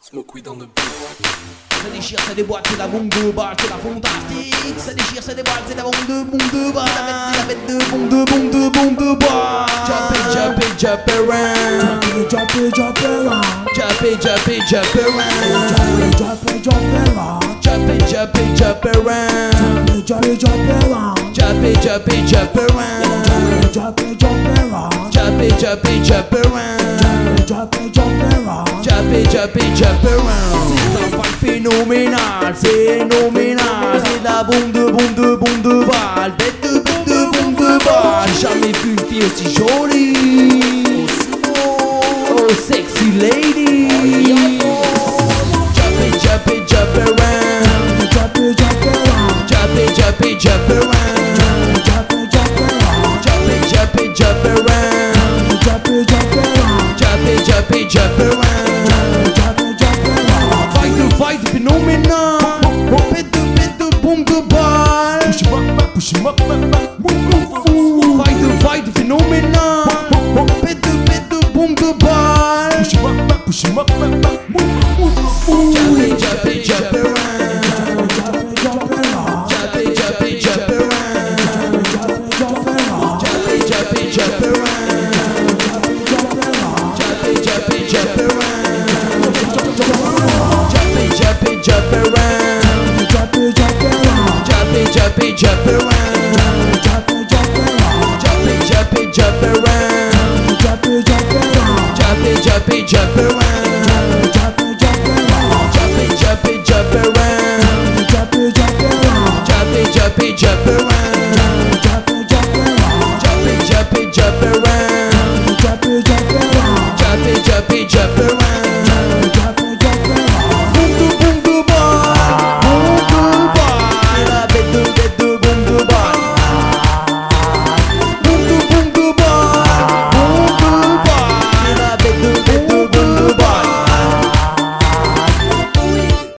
Smoke weed on the beat. Ça déchire, ça déboîte, c'est la bombe de balle, c'est la fantastique. Ça déchire, ça déboîte, c'est la bombe de bombe de balle. C'est la bête, c'est la bête de bombe de bombe de bombe de balle. Jump et jump et jump around. Jump, jump, jump around. Jump et jump et jump around. Jump, jump, jump around. Jump and jump and jump around. Jump, jump around. Jump and jump and jump around. Jump, jump around. Jump and jump and jump around. Jump, jump around. Jump and jump and jump around. C'est un fight phénoménal, phénoménal. C'est de la bombe de bombe de bombe de balle. Bête de bombe de bombe de balle. J'ai jamais vu une fille aussi jolie. Oh sexy lady. Jump and jump and jump around. Jump, jump around. Jump and jump and jump around. Jump, jump around. Jump and jump and jump around. Jump, jump around. Jump and jump and jump around. Jump, jump around. Fight the fight, phénoménal. Bête de bête de bombe de balle. Push 'em up, push 'em up, up, up. Move, move, move. Fight the fight, phénoménal. Bête de bête de bombe de balle. Push 'em up, push 'em up, up, up. Move, move, move. Jump and jump and jump around.